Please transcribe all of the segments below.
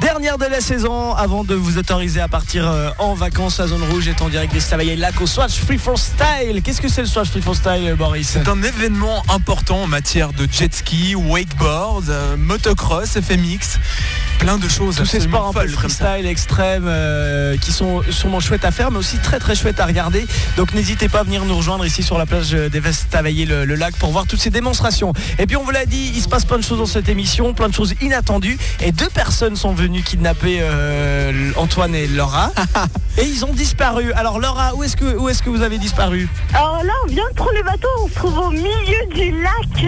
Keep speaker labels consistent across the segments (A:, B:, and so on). A: dernière de la saison avant de vous autoriser à partir euh, en vacances. La zone rouge est en direct des Savaillés Lac au Swatch Free for Style. Qu'est-ce que c'est le Swatch Free for Style, euh, Boris
B: C'est un événement important en matière de jet ski, wakeboard, euh, motocross, FMX, plein de choses
A: tous ces
B: absolument
A: sports un peu
B: folles comme ça.
A: freestyle extrême euh, qui sont sûrement chouettes à faire mais aussi très très chouettes à regarder donc n'hésitez pas à venir nous rejoindre ici sur la plage euh, des Vestes Tavaillé le, le lac pour voir toutes ces démonstrations et puis on vous l'a dit il se passe plein de choses dans cette émission plein de choses inattendues et deux personnes sont venues kidnapper euh, Antoine et Laura et ils ont disparu alors Laura où est-ce que, où est-ce que vous avez disparu
C: Alors là, on vient de prendre le bateau, on se trouve au milieu du lac.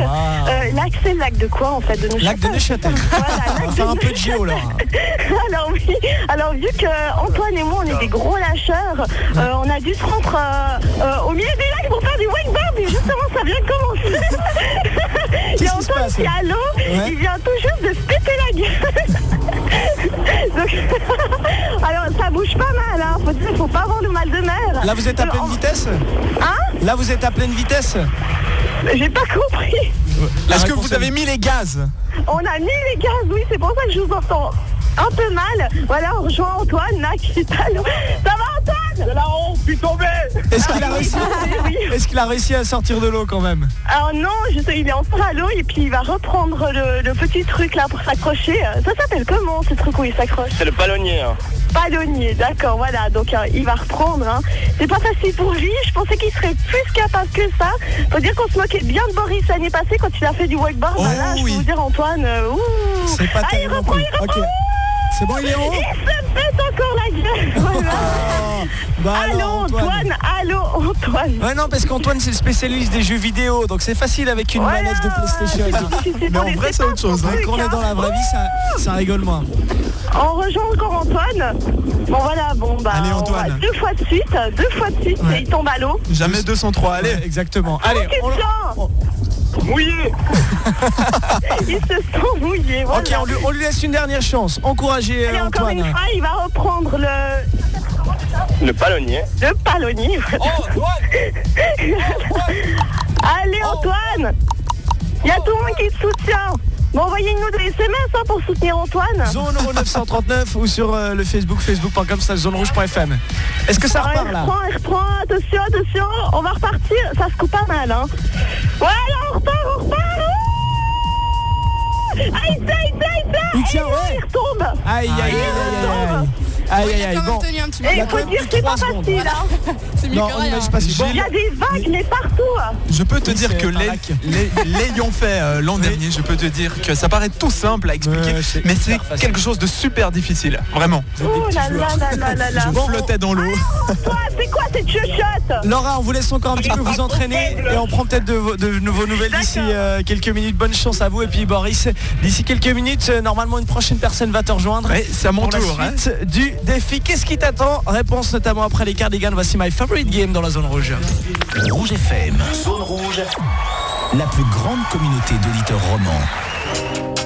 C: Euh, lac, c'est le lac de quoi en fait de Neuchâtel
A: lac de Neuchâtel
C: Voilà,
A: on
C: lac
A: va
C: de
A: faire un peu de géo Laura
C: Alors oui, alors vu que euh, Antoine et moi on est des gros lâcheurs, euh, on a dû se rendre euh, euh, au milieu du lac pour faire du wakeboard et justement ça vient de commencer. Il y
A: Qu'est-ce
C: a
A: qui se
C: Antoine
A: passe
C: qui est à l'eau,
A: Ouais.
C: il vient tout juste de se péter la gueule. Donc, alors ça bouge pas mal, hein. faut dire, faut pas avoir le mal de mer. Euh,
A: là vous êtes à
C: Alors,
A: pleine vitesse
C: Hein
A: là vous êtes à pleine vitesse
C: J'ai pas compris.
A: La
B: Est-ce que
A: réponse
B: vous
A: est-
B: avez mis les gaz
C: On a mis les gaz, oui, c'est pour ça que je vous entends un peu mal. Voilà, on rejoint Antoine là qui est à l'eau. Ça va Antoine Là, on suis tombé
A: Est-ce qu'il
C: Ah
A: a réussi Est-ce qu'il a réussi à sortir de l'eau quand même
C: Alors non, je sais, il est encore à l'eau et puis il va reprendre le, le petit truc là pour s'accrocher. Euh, Ça s'appelle comment ce truc où il s'accroche
D: C'est le palonnier. hein.
C: Palonnier, d'accord, voilà, donc euh, il va reprendre. hein. C'est pas facile pour lui, je pensais qu'il serait plus capable que ça. Faut dire qu'on se moquait bien de Boris l'année passée quand il a fait du wakeboard.
B: Oh
C: Bah là, je peux
B: oui.
C: vous dire Antoine, euh, ouh.
A: C'est pas
C: Ah, il
A: terrible non
C: reprend,
A: plus.
C: il reprend,
A: Ok. C'est bon, il est haut
C: Il se pète encore la gueule. Voilà.
A: Bah
C: allô
A: alors,
C: Antoine. allô Antoine.
A: Ouais non parce qu'Antoine c'est le spécialiste des jeux vidéo donc c'est facile avec une
C: Voilà.
A: manette de PlayStation.
C: C'est difficile,
B: Mais en
C: on
B: vrai,
C: est-
B: c'est autre chose, hein.
C: pas
A: Quand on
C: truc,
A: est dans
C: hein.
A: la vraie vie ça, ça rigole moins.
C: On rejoint encore Antoine. Bon voilà, bon bah
B: Allez, Antoine.
C: on va deux fois de suite, deux fois de suite
A: Ouais.
C: et il tombe à l'eau.
B: Jamais 203, allez
A: Ouais, exactement. Allez,
C: tu
A: on,
C: te sens
A: on-
D: Mouillé
C: Il se sent mouillé. Voilà.
A: ok, on lui, on lui laisse une dernière chance. Encouragez euh,
C: Allez, encore
A: Antoine.
C: une fois, il va reprendre le,
D: Le palonnier.
C: le palonnier.
B: Oh,
A: Oh,
C: Allez Antoine Il y a tout le monde qui te soutient. Bon, envoyez-nous des SMS hein, pour soutenir Antoine.
A: Zone au 939 ou sur euh, le Facebook facebook.com slash zonerouge.fm. Est-ce que ça
C: Ouais,
A: repart là
C: reprend, il reprend, attention, attention, on va repartir, ça se coupe pas mal hein. Ouais, là, on repart, on repart Ah, ouh Aïe, aïe, aïe, aïe
A: Il tient,
C: Il
A: ouais.
C: retombe
A: Aïe aïe aïe aïe aïe aïe. Aïe aïe aïe. Bon.
E: tenu un petit peu.
A: Il
C: Et
A: a
C: il
A: quand
C: faut
A: même
C: dire
A: eu
C: que c'est
A: trois
C: pas
A: secondes.
C: facile hein
E: C'est mieux
A: Non,
E: que
A: on
E: rien.
A: n'imagine pas si
C: Il y a des vagues mais partout
B: Je peux te
A: Oui,
B: dire
A: c'est
B: que
A: un
B: les-
A: lac.
B: les- l'ayant fait euh, l'an dernier, je peux te dire que ça paraît tout simple à expliquer,
A: Ouais, c'est
B: mais
A: hyper
B: c'est
A: facile.
B: quelque chose de super difficile, vraiment.
C: Ouh Oh là là là là là là
B: Je flottais dans l'eau.
C: Toi, c'est quoi cette chuchote
A: Laura, on vous laisse encore un petit peu vous entraîner et on prend peut-être de, vos- de vos nouvelles d'ici euh, quelques minutes. Bonne chance à vous et puis Boris, d'ici quelques minutes, euh, normalement une prochaine personne va te rejoindre.
B: Ouais, c'est à mon
A: Pour la
B: tour. hein.
A: suite du défi, qu'est-ce qui t'attend Réponse notamment après les quarts des gains. Voici my favorite game dans la zone rouge.
F: Rouge FM, zone rouge, la plus grande communauté d'auditeurs romans.